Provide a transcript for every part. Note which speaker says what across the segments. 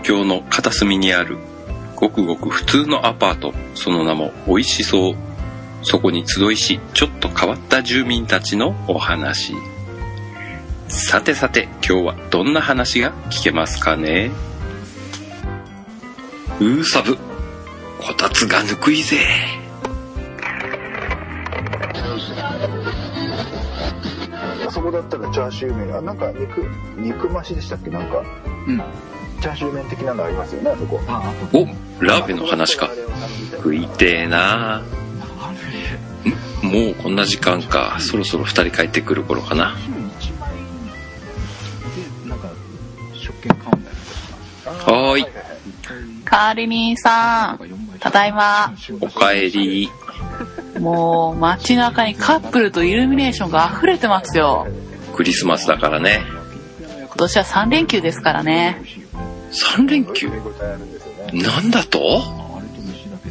Speaker 1: 町の片隅にあるごくごく普通のアパートその名も美味しそうそこに集いしちょっと変わった住民たちのお話さてさて今日はどんな話が聞けますかねうーさぶこたつがぬくいぜ
Speaker 2: あそこだったらチャーシュー麺あなんか肉肉増しでしたっけなんか
Speaker 3: うん。
Speaker 2: チャーシュー麺的なのありますよねあそこ
Speaker 3: あ、あと、
Speaker 1: おラーメンの話か食いてえなあ
Speaker 3: あれ、
Speaker 1: もうこんな時間かそろそろ二人帰ってくる頃かな
Speaker 3: 1万円で、なんか、食券買うんだよ。
Speaker 1: はーい
Speaker 4: カーリニーさん、ただいま。
Speaker 1: おかえり
Speaker 4: もう街中にカップルとイルミネーションが溢れてますよ。
Speaker 1: クリスマスだからね
Speaker 4: 今年は3連休ですからね。
Speaker 1: 3連休なんだと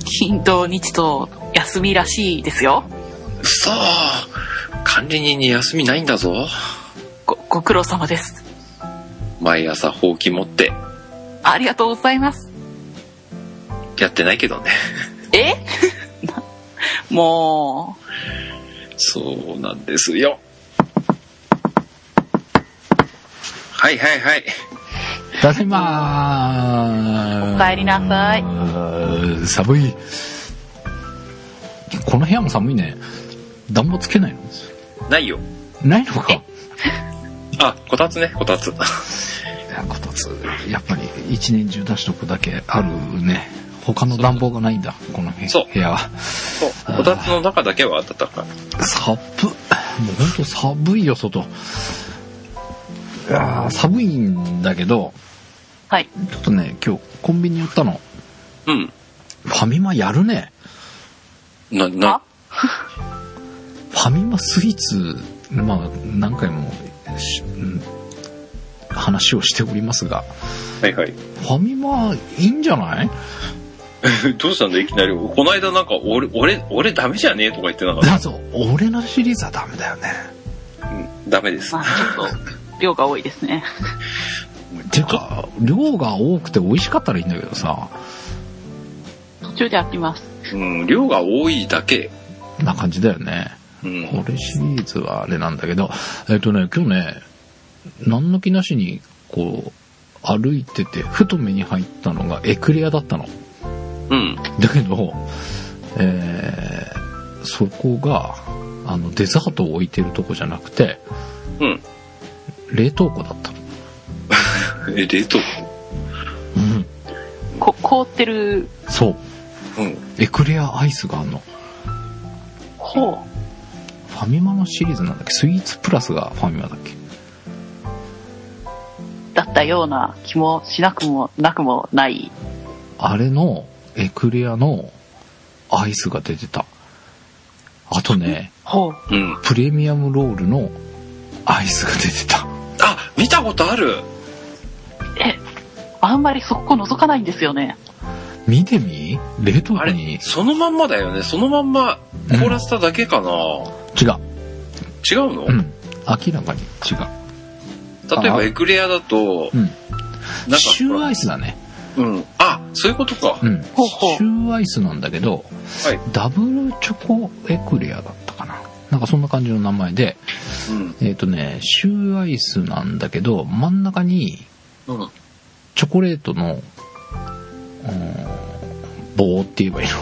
Speaker 4: 金と日と休みらしいですよ。
Speaker 1: くそー管理人に休みないんだぞ
Speaker 4: ご、ご苦労様です。
Speaker 1: 毎朝ほうき持って
Speaker 4: ありがとうございます。
Speaker 1: やってないけどね
Speaker 4: え なも
Speaker 1: そうなんですよはいはいはい
Speaker 5: ただいま
Speaker 4: おかえりなさい
Speaker 5: い。寒い。この部屋も寒いね。暖房つけないの
Speaker 1: ないよ
Speaker 5: ないのか。い
Speaker 1: あこたつねこた つ
Speaker 5: や、こたつ、やっぱり一年中出しとくだけあるね。他の暖房がないんだ、この部
Speaker 1: そう
Speaker 5: 部屋は。
Speaker 1: そうこたつの中だけは暖かい
Speaker 5: 寒っもうほんと寒いよ、外。いやー寒いんだけど、
Speaker 4: う、はい。
Speaker 5: ちょっとね、今日コンビニ寄ったの。
Speaker 1: うん
Speaker 5: ファミマやるね。
Speaker 1: なな
Speaker 5: ファミマスイーツ、まあ、何回もし、うん話をしておりますが、
Speaker 1: はいはい
Speaker 5: ファミマいいんじゃない
Speaker 1: どうしたんだいきなりこの間なんか俺俺俺ダメじゃねえとか言ってなかっ
Speaker 5: だぞ、俺のシリーズはダメだよね。
Speaker 1: た、うん、ダメです
Speaker 4: まあちょっと量が多いですね。
Speaker 5: ていうか、量が多くて美味しかったらいいんだけどさ、
Speaker 4: 途中で飽きます。
Speaker 1: うん量が多いだけ
Speaker 5: な感じだよね。
Speaker 1: うん
Speaker 5: 俺シリーズはあれなんだけど、えっとね、今日ね、何の気なしに、こう、歩いてて、ふと目に入ったのがエクレアだったの。
Speaker 1: うん
Speaker 5: だけど、えーそこが、あの、デザートを置いてるとこじゃなくて、
Speaker 1: うん
Speaker 5: 冷凍庫だったの。
Speaker 1: え冷凍庫
Speaker 5: うん。
Speaker 4: こ、凍ってる、
Speaker 5: そう。
Speaker 1: うん
Speaker 5: エクレアアイスがあんの。
Speaker 4: ほう。
Speaker 5: ファミマのシリーズなんだっけスイーツプラスがファミマだっけ
Speaker 4: だったような気もしなくもなくもない。
Speaker 5: あれの、エクレアのアイスが出てた。あと ね、
Speaker 4: ほう。
Speaker 1: うん
Speaker 5: プレミアムロールのアイスが出てた。
Speaker 1: あ見たことある
Speaker 4: え、あんまりそこ覗かないんですよね。
Speaker 5: 見てみ冷凍
Speaker 1: あ
Speaker 5: 庫
Speaker 1: れ
Speaker 5: に、
Speaker 1: そのまんまだよねそのまんま凍らせただけかな、
Speaker 5: 違う。
Speaker 1: 違うの、
Speaker 5: うん。明らかに違う。
Speaker 1: 例えば
Speaker 5: あ
Speaker 1: エクレアだと、
Speaker 5: うん
Speaker 1: なんか
Speaker 5: シューアイ
Speaker 1: ス
Speaker 5: スだね。
Speaker 1: うんあそういうことか、
Speaker 5: うん。
Speaker 4: ほうほう
Speaker 5: シューアイスなんだけど、
Speaker 1: はい
Speaker 5: ダブルチョコエクレアだったかな。なんかそんな感じの名前で、
Speaker 1: うん
Speaker 5: えっ、とね、シューアイスなんだけど、真ん中に
Speaker 1: うん、
Speaker 5: チョコレートの、うーん、棒って言えばいいの。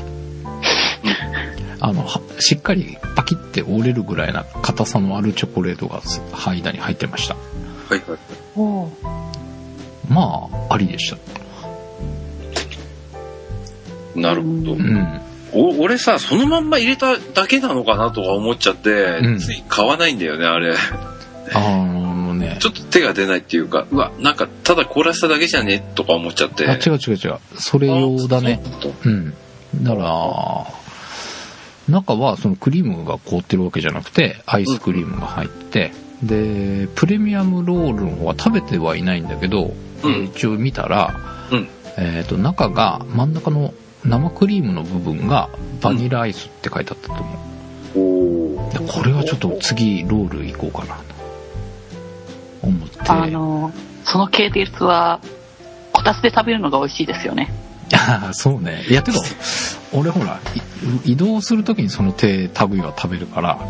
Speaker 5: あの、はしっかりパキって折れるぐらいな硬さのあるチョコレートが間に入ってました。
Speaker 1: はいはい
Speaker 4: おう
Speaker 5: まあ、ありでした。
Speaker 1: なるほど、
Speaker 5: うん。
Speaker 1: お俺さそのまんま入れただけなのかなとか思っちゃって、
Speaker 5: うん
Speaker 1: つい買わないんだよねあれ
Speaker 5: あのね、
Speaker 1: ちょっと手が出ないっていうかうわなんかただ凍らせただけじゃねとか思っちゃって
Speaker 5: あ、違う違う違う。それ用だね。うん。だから、中はそのクリームが凍ってるわけじゃなくて、アイスクリームが入って、で、プレミアムロールの方は食べてはいないんだけど、
Speaker 1: うん
Speaker 5: えー一応見たら、
Speaker 1: うん
Speaker 5: えっ、と、中が、真ん中の生クリームの部分がバニラアイスって書いてあったと思
Speaker 1: おお
Speaker 5: う。でこれはちょっと次ロール行こうかなと思って。
Speaker 4: あの、その系列は、こたつで食べるのが美味しいですよね。
Speaker 5: あーそうね。いや、 けど、俺ほら、い移動するときにその手、類は食べるから、
Speaker 1: うん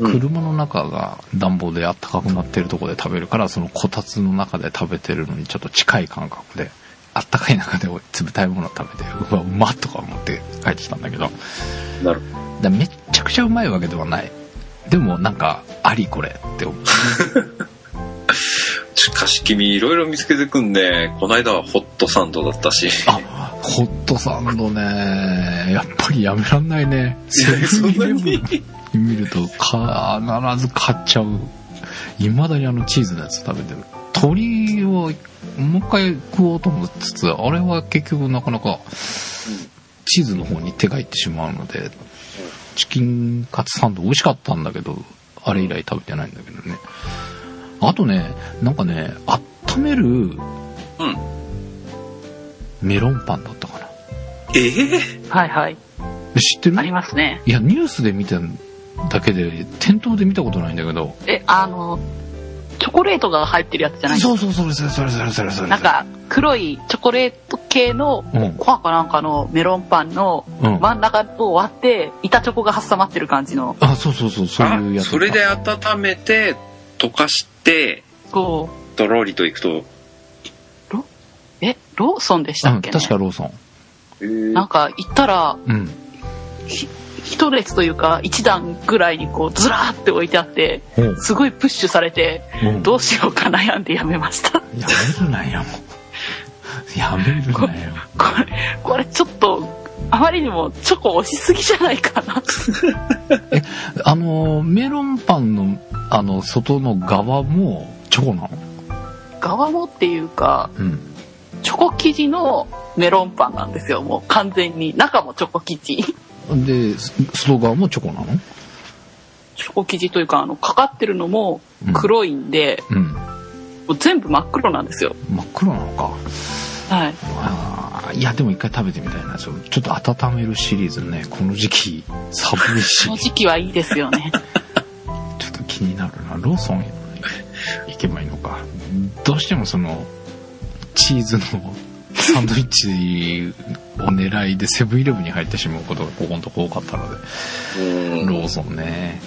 Speaker 5: 車の中が暖房で暖かくなってるとこで食べるから、そのこたつの中で食べてるのにちょっと近い感覚で、あったかい中で冷たいものを食べて、うわ、うまっとか思って帰ってきたんだけど、
Speaker 1: なる
Speaker 5: だめっちゃくちゃうまいわけではない。でもなんか、ありこれって思う。
Speaker 1: しかし君いろいろ見つけてくんね。この間はホットサンドだったし。
Speaker 5: あ、ホットサンドね、やっぱりやめらんないね。
Speaker 1: いやそんなに
Speaker 5: 見るとか必ず買っちゃういまだにあのチーズのやつ食べてる鶏をもう一回食おうと思いつつあれは結局なかなかチーズの方に手がいってしまうのでチキンカツサンド美味しかったんだけどあれ以来食べてないんだけどねあとねなんかね温めるメロンパンだったかな
Speaker 1: ええ
Speaker 4: はいはい。
Speaker 5: え知ってる
Speaker 4: ありますね。
Speaker 5: いやニュースで見ただけで店頭で見たことないんだけど
Speaker 4: え、あの、チョコレートが入ってるやつじゃない
Speaker 5: そうそうそれそれそれそれそれそれ
Speaker 4: なんか、黒いチョコレート系の
Speaker 5: うん、
Speaker 4: コアかなんかのメロンパンの
Speaker 5: うん。
Speaker 4: 真ん中を割って、板チョコが挟まってる感じの。
Speaker 5: あ、そうそうそう、そういうや
Speaker 1: あ
Speaker 5: つ。
Speaker 1: それで温めて、溶かして、
Speaker 4: こ
Speaker 1: とろりといくと、
Speaker 4: う、え、ローソンでし
Speaker 5: う
Speaker 4: たっ
Speaker 5: ん、
Speaker 4: け、ね
Speaker 5: 確かローソン。
Speaker 4: なんか、行ったら、
Speaker 5: うん。
Speaker 4: ひ一列というか、一段ぐらいにこう、ずらーって置いてあって、
Speaker 5: おう
Speaker 4: すごいプッシュされて、
Speaker 5: うん。
Speaker 4: どうしようか悩んでやめました。
Speaker 5: やめるなよ。やめるな よ。
Speaker 4: これ、これちょっと、あまりにもチョコ押しすぎじゃないか な。
Speaker 5: あの、メロンパンの、あの、外の側も、チョコなの
Speaker 4: 側もっていうか、
Speaker 5: うん。
Speaker 4: チョコ生地のメロンパンなんですよ、もう完全に。中もチョコ生地。チ
Speaker 5: で、す外側もチョコなの
Speaker 4: ョコ生地というか、あの、かかってるのも
Speaker 5: うん
Speaker 4: 黒いんで、
Speaker 5: うん。
Speaker 4: もう全部真っ黒なんですよ。
Speaker 5: 真っ黒なのか。
Speaker 4: はい。
Speaker 5: あーいや、でも一回食べてみたいな。そうちょっと温めるシリーズね、この時期、寒いし
Speaker 4: この、時期はいいですよね。
Speaker 5: ちょっと気になるな。ローソン行けばいいのか。どうしてもその、チーズのサンドイッチを狙いでセブンイレブンに入ってしまうことがここのとこ多かったので、
Speaker 1: うん
Speaker 5: ローソンね。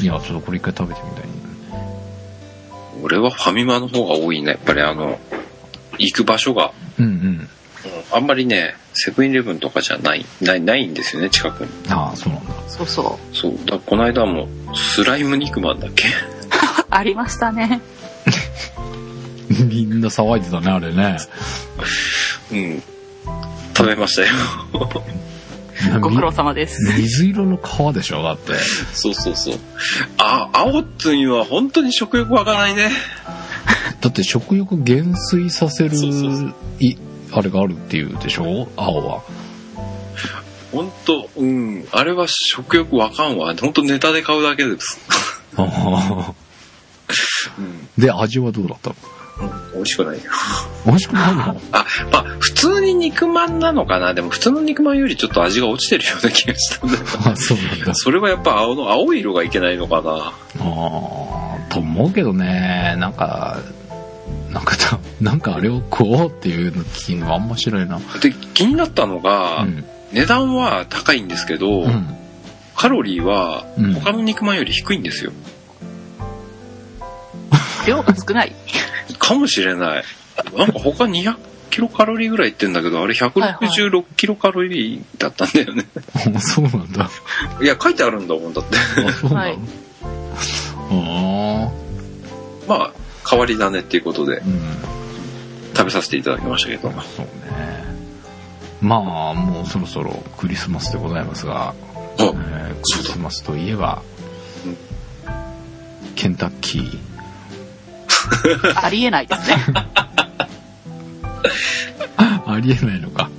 Speaker 5: いや、ちょっとこれ一回食べてみたい
Speaker 1: 俺はファミマの方が多いね。やっぱりあの、行く場所が、
Speaker 5: うんうん。
Speaker 1: うんあんまりね、セブンイレブンとかじゃない、ない、ないんですよね、近くに。
Speaker 5: ああ、そうなんだ。
Speaker 4: そうそう。
Speaker 1: そう。だからこの間も、スライム肉まんだっけ
Speaker 4: ありましたね。
Speaker 5: みんな騒いでたね、あれね。
Speaker 1: うん。食べましたよ。
Speaker 4: ご苦労様です。
Speaker 5: み水色の皮でしょだって。
Speaker 1: そうそうそう。あ、青っていうのは本当に食欲わかないね。
Speaker 5: だって食欲減衰させる
Speaker 1: そうそうそ
Speaker 5: い、あれがあるっていうでしょ青は。
Speaker 1: 本当うん。あれは食欲わかんわ。本当ネタで買うだけです。
Speaker 5: あ
Speaker 1: うん。
Speaker 5: ーで、味はどうだったの
Speaker 1: 美味しくないよ。
Speaker 5: 美味しくないの
Speaker 1: あ、まあ、普通に肉まんなのかな。でも普通の肉まんよりちょっと味が落ちてるような気がしたん だよ
Speaker 5: あ、そうなんだ。
Speaker 1: それはやっぱ青の、青い色がいけないのかな。
Speaker 5: あーと思うけどね、なんか、なんかた、なんかあれを食おうっていうの聞くのがあんましないな。
Speaker 1: で、気になったのが、
Speaker 5: うん。
Speaker 1: 値段は高いんですけど、
Speaker 5: うん。
Speaker 1: カロリーは
Speaker 5: うん
Speaker 1: 他の肉まんより低いんですよ。
Speaker 4: 量が少ない。
Speaker 1: かもしれない。なんか他200キロカロリーぐらいいってんだけど、あれ166キロカロリーだったんだよね。
Speaker 5: あそうなんだ。
Speaker 1: いや、書いてあるんだもんだって。
Speaker 5: あ、そうなの、
Speaker 4: はい
Speaker 5: あ
Speaker 1: まあ、代わりだねっていうことで
Speaker 5: あ、うん。
Speaker 1: 食べさせていただきましたけど。
Speaker 5: そうね。まあ、もうそろそろクリスマスでございますが、え
Speaker 1: あ、
Speaker 5: ークリスマスといえば
Speaker 1: うだ、
Speaker 5: ケンタッキー。
Speaker 4: ありえないですね。
Speaker 5: ありえないのか。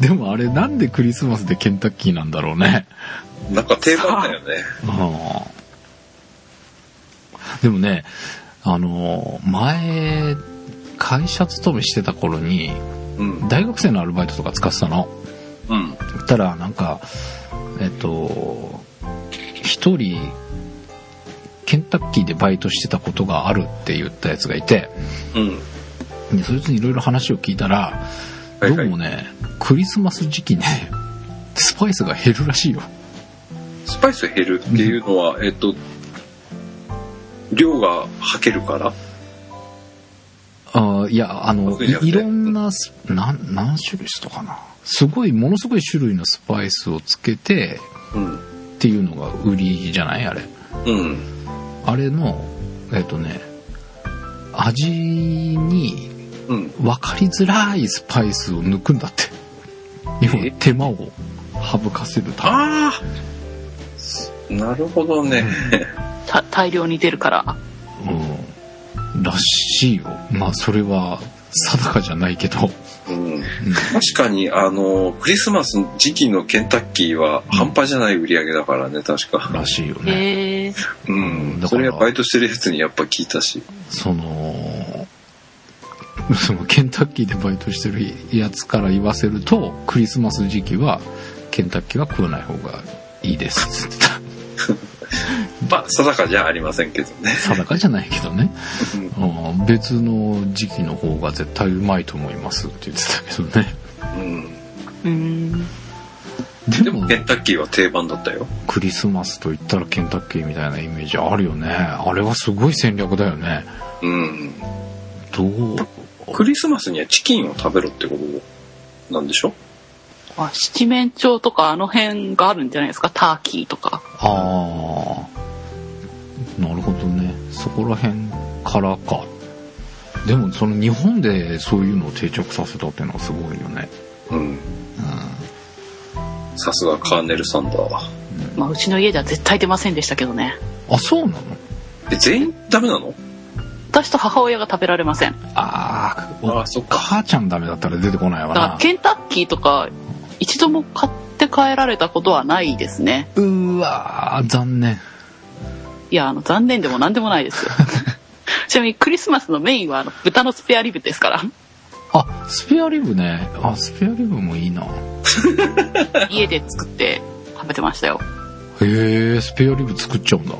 Speaker 5: でもあれなんでクリスマスでケンタッキーなんだろうね。
Speaker 1: なんか定番だよね。
Speaker 5: あーでもね、あのー、前、会社勤めしてた頃に、
Speaker 1: うん。
Speaker 5: 大学生のアルバイトとか使ってたの。
Speaker 1: うん。
Speaker 5: そしたら、なんか、えっと、一人、ケンタッキーでバイトしてたことがあるって言ったやつがいて、
Speaker 1: うん。
Speaker 5: でそいつにいろいろ話を聞いたら、
Speaker 1: はいはい
Speaker 5: どうもねクリスマス時期ねスパイスが減るらしいよ
Speaker 1: スパイス減るっていうのは、えっと、量がはけるから
Speaker 5: あーいやあの
Speaker 1: そうじゃなくて
Speaker 5: いいろんなスなん何種類したかなすごいものすごい種類のスパイスをつけて
Speaker 1: うん。
Speaker 5: っていうのが売りじゃないあれ
Speaker 1: うん。
Speaker 5: あれのえっとね味に
Speaker 1: うん。
Speaker 5: 分かりづらいスパイスを抜くんだって要
Speaker 1: え
Speaker 5: は手間を省かせるた
Speaker 1: ああなるほどね。
Speaker 4: た大量に出るから。
Speaker 5: め、うん、らしいよまあそれは定かじゃないけど
Speaker 1: うん。確かに、あの、クリスマス時期のケンタッキーは半端じゃない売り上げだからね、確か。
Speaker 5: らしいよね
Speaker 4: へえ。
Speaker 1: うん。
Speaker 5: だか
Speaker 1: そ
Speaker 5: ら
Speaker 1: れはバイトしてるやつにやっぱ聞いたし。
Speaker 5: そのそのケンタッキーでバイトしてるやつから言わせるとクリスマス時期はケンタッキーは食わない方がいいですっつってた
Speaker 1: まあ、定かじゃありませんけどね。
Speaker 5: 定かじゃないけどね
Speaker 1: うん
Speaker 5: うん別の時期の方が絶対うまいと思いますって言ってたけどね
Speaker 1: うん。
Speaker 4: うーん。
Speaker 1: でも、ケンタッキーは定番だったよ。
Speaker 5: クリスマスと言ったらケンタッキーみたいなイメージあるよねあれはすごい戦略だよね
Speaker 1: うん。
Speaker 5: どう
Speaker 1: クリスマスにはチキンを食べろってことなんでしょ
Speaker 4: まあ、七面鳥とかあの辺があるんじゃないですかターキーとか。
Speaker 5: ああなるほどねそこら辺からかでもその日本でそういうのを定着させたっていうのはすごいよね
Speaker 1: うん。さすがカーネル・サンダーは。
Speaker 4: まあ、うちの家では絶対出ませんでしたけどね。
Speaker 5: あそうなの
Speaker 1: え、全員ダメなの
Speaker 4: 私と母親が食べられません。
Speaker 5: あー
Speaker 1: あーそっか
Speaker 5: 母ちゃんダメだったら出てこないわ
Speaker 4: だから
Speaker 5: な
Speaker 4: ケンタッキーとか一度も買って帰られたことはないですね。
Speaker 5: うーわー残念
Speaker 4: いや、あの、残念でも何でもないですよ。 ちなみにクリスマスのメインはあの豚のスペアリブですから。
Speaker 5: あスペアリブねあスペアリブもいいな
Speaker 4: 家で作って食べてましたよ。
Speaker 5: へえスペアリブ作っちゃうんだ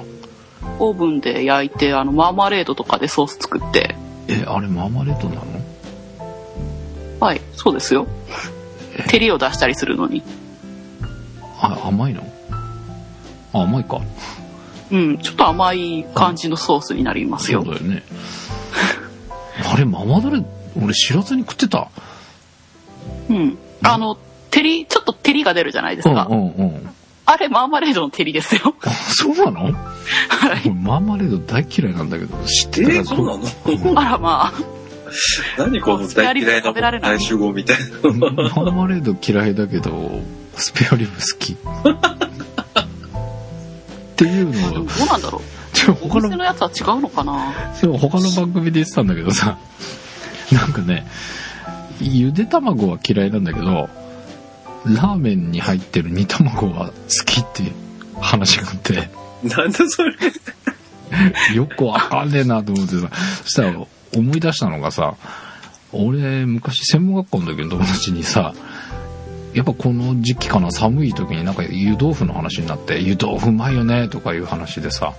Speaker 4: オーブンで焼いて、あの、マーマレードとかでソース作って。
Speaker 5: えあれマーマレードなの
Speaker 4: はい、そうですよ。照りを出したりするのに。
Speaker 5: あ甘いのあ甘いか
Speaker 4: うん、ちょっと甘い感じのソースになります
Speaker 5: そう
Speaker 4: よ
Speaker 5: だ。よねあれマーマレード俺知らずに食ってた
Speaker 4: うん。あの、照り、ちょっと照りが出るじゃないですか。
Speaker 5: うんうんうん
Speaker 4: あれ、マーマレードの照りですよ。
Speaker 5: あそうなの俺マーマレード大嫌いなんだけど知ってた
Speaker 1: え
Speaker 5: ら
Speaker 1: ー、そうなの
Speaker 4: あらまあ。
Speaker 1: 何この大嫌いな
Speaker 4: 食べられない
Speaker 1: 大集合みたいな。
Speaker 5: マーマレード嫌いだけどスペアリブ好きっていう
Speaker 4: で
Speaker 5: のを
Speaker 4: もどうなんだろう。
Speaker 5: ちょ
Speaker 4: お
Speaker 5: 他の
Speaker 4: 店のやつは違うのかな
Speaker 5: でも他の番組で言ってたんだけどさ、 なんかね、ゆで卵は嫌いなんだけど、ラーメンに入ってる煮卵は好きっていう話があって、
Speaker 1: なんだそれ。
Speaker 5: よくわかんねえなと思ってさ、そしたら思い出したのがさ、俺昔専門学校の時の友達にさ、やっぱこの時期かな寒い時になんか湯豆腐の話になって、湯豆腐うまいよねとかいう話でさ、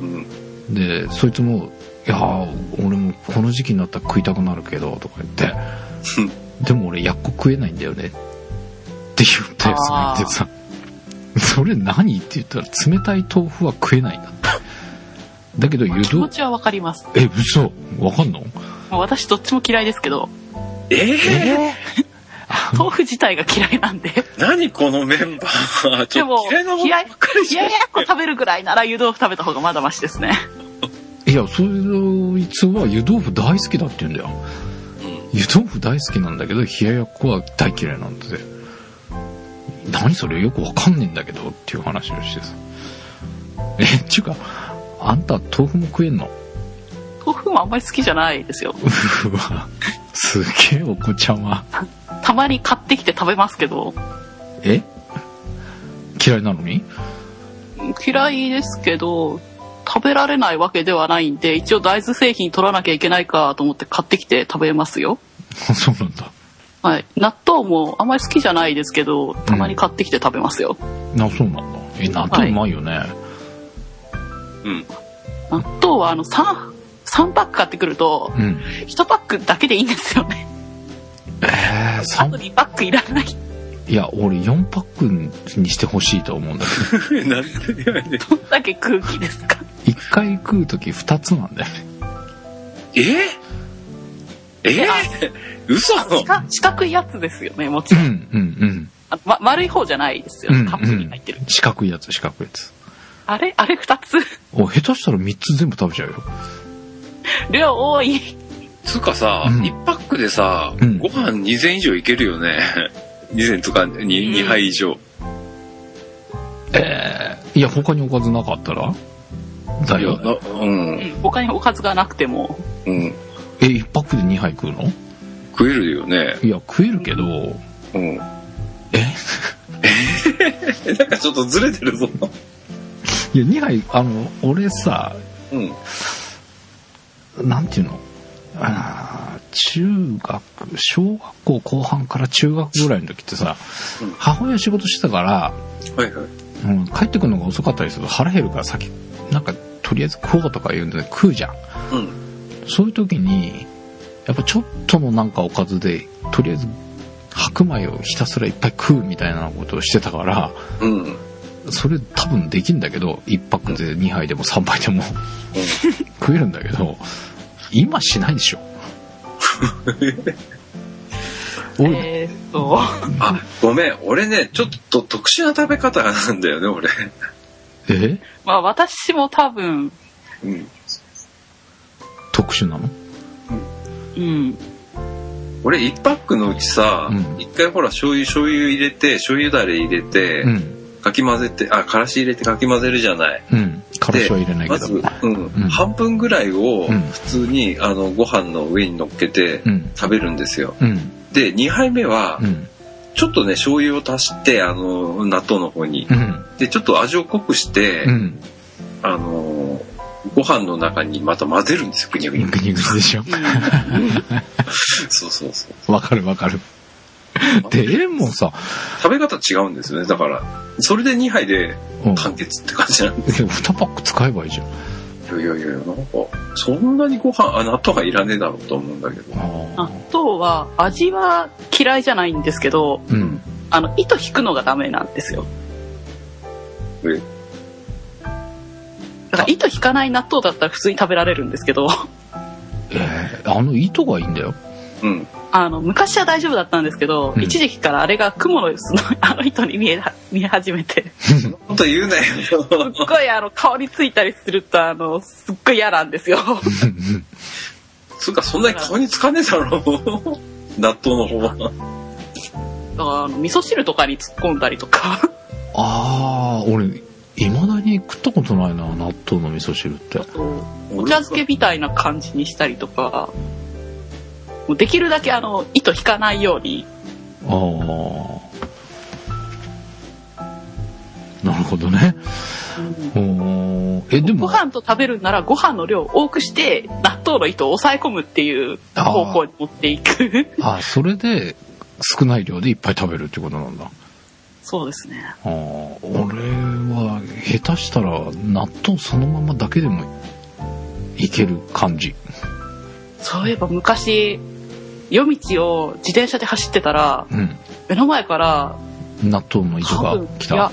Speaker 1: うん。
Speaker 5: でそいつも「いやー俺もこの時期になったら食いたくなるけど」とか言って「でも俺やっこ食えないんだよね」って言ったやつがいてさ「それ何?」って言ったら「冷たい豆腐は食えないんだ」ってだけど湯
Speaker 4: 気持
Speaker 5: 豆
Speaker 4: ちはわかります。
Speaker 5: え嘘わかんの
Speaker 4: もう私どっちも嫌いですけど、
Speaker 1: えー、
Speaker 4: 豆腐自体が嫌いなんで。
Speaker 1: 何このメンバー。 ち
Speaker 4: で
Speaker 1: ょっ
Speaker 4: も
Speaker 1: と、嫌いなもの
Speaker 4: 冷や
Speaker 1: ばっかりじ
Speaker 4: 冷
Speaker 1: ゃ
Speaker 4: や
Speaker 1: ん
Speaker 4: やっ。こ食べるぐらいなら湯豆腐食べた方がまだマシですね。
Speaker 5: いやそいつは湯豆腐大好きだって言うんだよ
Speaker 1: うん
Speaker 5: 湯豆腐大好きなんだけど冷ややっこは大嫌いなんだぜ何それよくわかんねえんだけどっていう話をしてさえっちゅうかあんた豆腐も食えんの
Speaker 4: 豆腐もあんまり好きじゃないですよ。
Speaker 5: うわすげえお子ちゃま
Speaker 4: たまに買ってきて食べますけど、
Speaker 5: え嫌いなのに
Speaker 4: 嫌いですけど、食べられないわけではないんで、一応大豆製品取らなきゃいけないかと思って買ってきて食べますよ。
Speaker 5: あそうなんだ
Speaker 4: はい。納豆もあんまり好きじゃないですけど、たまに買ってきて食べますよ。
Speaker 5: あそうなんだえ納豆うまいよね、
Speaker 1: うん。
Speaker 4: 納豆はあの、三、 3パック買ってくると、
Speaker 5: うん。
Speaker 4: 1パックだけでいいんですよね。
Speaker 5: えー、
Speaker 4: あ
Speaker 5: 三
Speaker 4: と2パックいらない。
Speaker 5: いや、俺4パックにしてほしいと思うんだ け
Speaker 1: なんで
Speaker 4: どんだけ空気ですか。
Speaker 5: ど、1回食うとき2つなんだよね。
Speaker 1: ええ嘘
Speaker 4: 四角四角いやつですよね、もち
Speaker 5: うん
Speaker 4: ろん。、
Speaker 5: うん、
Speaker 4: あま、丸い方じゃないですよ
Speaker 5: うんう
Speaker 4: ね。
Speaker 5: ん
Speaker 4: カップに入ってる。
Speaker 5: うん。四角いやつ、四角いやつ。
Speaker 4: あれあれ2つ。
Speaker 5: お、下手したら3つ全部食べちゃうよ。
Speaker 4: 量多い。
Speaker 1: つうかさ、
Speaker 5: うん
Speaker 1: 1パックでさ、
Speaker 5: うん
Speaker 1: ご飯2000以上いけるよね。2000とか 2, 2杯以上。
Speaker 5: えー、いや、他におかずなかったらだ
Speaker 1: いや、
Speaker 5: よね。
Speaker 1: なうん、
Speaker 4: うん他におかずがなくても。
Speaker 1: うん。
Speaker 5: え、1パックで2杯食うの
Speaker 1: 食えるよね。
Speaker 5: いや、食えるけど、
Speaker 1: うん。
Speaker 5: え
Speaker 1: なんかちょっとずれてるぞ。
Speaker 5: いや、2杯、あの、俺さ、
Speaker 1: うん。
Speaker 5: なんていうのあー中学、小学校後半から中学ぐらいの時ってさ
Speaker 1: うん、
Speaker 5: 母親仕事してたから、
Speaker 1: はいはい。
Speaker 5: うん、帰ってくるのが遅かったりすると腹減るから先、なんかとりあえず食おうとか言うんで食うじゃん。
Speaker 1: うん。
Speaker 5: そういう時に、やっぱちょっとのなんかおかずで、とりあえず白米をひたすらいっぱい食うみたいなことをしてたから、
Speaker 1: うん。うん。
Speaker 5: それ多分できんだけど、1泊で2杯でも3杯でも食えるんだけど、今しない でしょ。俺、
Speaker 4: えーっと、
Speaker 1: あ、ごめん。俺ね、ちょっと特殊な食べ方なんだよね、俺。
Speaker 5: え
Speaker 4: まあ私も多分、
Speaker 1: うん。
Speaker 5: 特殊なの
Speaker 4: うん。
Speaker 1: 俺1パックのうちさ、
Speaker 5: うん
Speaker 1: 一回ほら醤油、醤油入れて、醤油だれ入れて、
Speaker 5: うん。
Speaker 1: かき混ぜて、あ、からし入れてかき混ぜるじゃない。
Speaker 5: うん。からしは入れないけ
Speaker 1: ま
Speaker 5: ど。
Speaker 1: ず、うん、
Speaker 5: ん
Speaker 1: 半分ぐらいを
Speaker 5: うん
Speaker 1: 普通に、あのご飯の上に乗っけて
Speaker 5: うん。
Speaker 1: 食べるんですよ。
Speaker 5: うん。
Speaker 1: で、2杯目は
Speaker 5: う、ん。
Speaker 1: ちょっとね、醤油を足して、あの、納豆の方に
Speaker 5: う。ん。
Speaker 1: で、ちょっと味を濃くして、
Speaker 5: うん。
Speaker 1: あの、ご飯の中にまた混ぜるんですよ、ぐにゃぐ
Speaker 5: グニ
Speaker 1: にゃ。
Speaker 5: グニでしょ。
Speaker 1: そうそうそう。
Speaker 5: わかるわかる。でもさ、
Speaker 1: 食べ方違うんですよね。だから、それで2杯で
Speaker 5: うん。
Speaker 1: 完結って感じなんで
Speaker 5: 2パック使えばいいじゃん。
Speaker 1: すよ。いやいやいや、なんか、そんなにご飯、あ、納豆はいらねえだろうと思うんだけど。
Speaker 5: あ
Speaker 4: 納豆は味は嫌いじゃないんですけど、
Speaker 5: ーうん。
Speaker 4: あの、糸引くのがダメなんですよ。
Speaker 1: え
Speaker 4: だから糸引かない納豆だったら普通に食べられるんですけど、
Speaker 5: えーあの糸がいいんだよ。
Speaker 1: うん。
Speaker 4: あの、昔は大丈夫だったんですけど、
Speaker 5: うん
Speaker 4: 一時期からあれが雲の 巣のあの糸に見えは、見え始めて、
Speaker 1: ほんと言うなよ。
Speaker 4: すっごいあの、香りついたりすると、あの、すっごい嫌なんで すよ。
Speaker 1: つうか、そんなに顔につかねえだろ う。納豆の方は。
Speaker 4: だからあの味噌汁とかに突っ込んだりと か。
Speaker 5: ああ、俺、未だに食ったことないな、納豆の味噌汁って。
Speaker 4: お茶漬けみたいな感じにしたりとか、もうできるだけあの、糸引かないように、
Speaker 5: ああ。なるほどね。おーえ、でも、
Speaker 4: ご飯と食べるならご飯の量を多くして、納豆の糸を抑え込むっていう方向に持っていく。
Speaker 5: あそれで少ない量でいっぱい食べるってことなんだ。あ
Speaker 4: そうですね。
Speaker 5: あ、俺は下手したら納豆そのままだけでもいける感じ。
Speaker 4: そういえば昔、夜道を自転車で走ってたら、
Speaker 5: うん。
Speaker 4: 目の前から、
Speaker 5: 納豆の糸
Speaker 4: 多
Speaker 5: が
Speaker 4: 分
Speaker 5: 来
Speaker 4: い
Speaker 5: た。
Speaker 4: や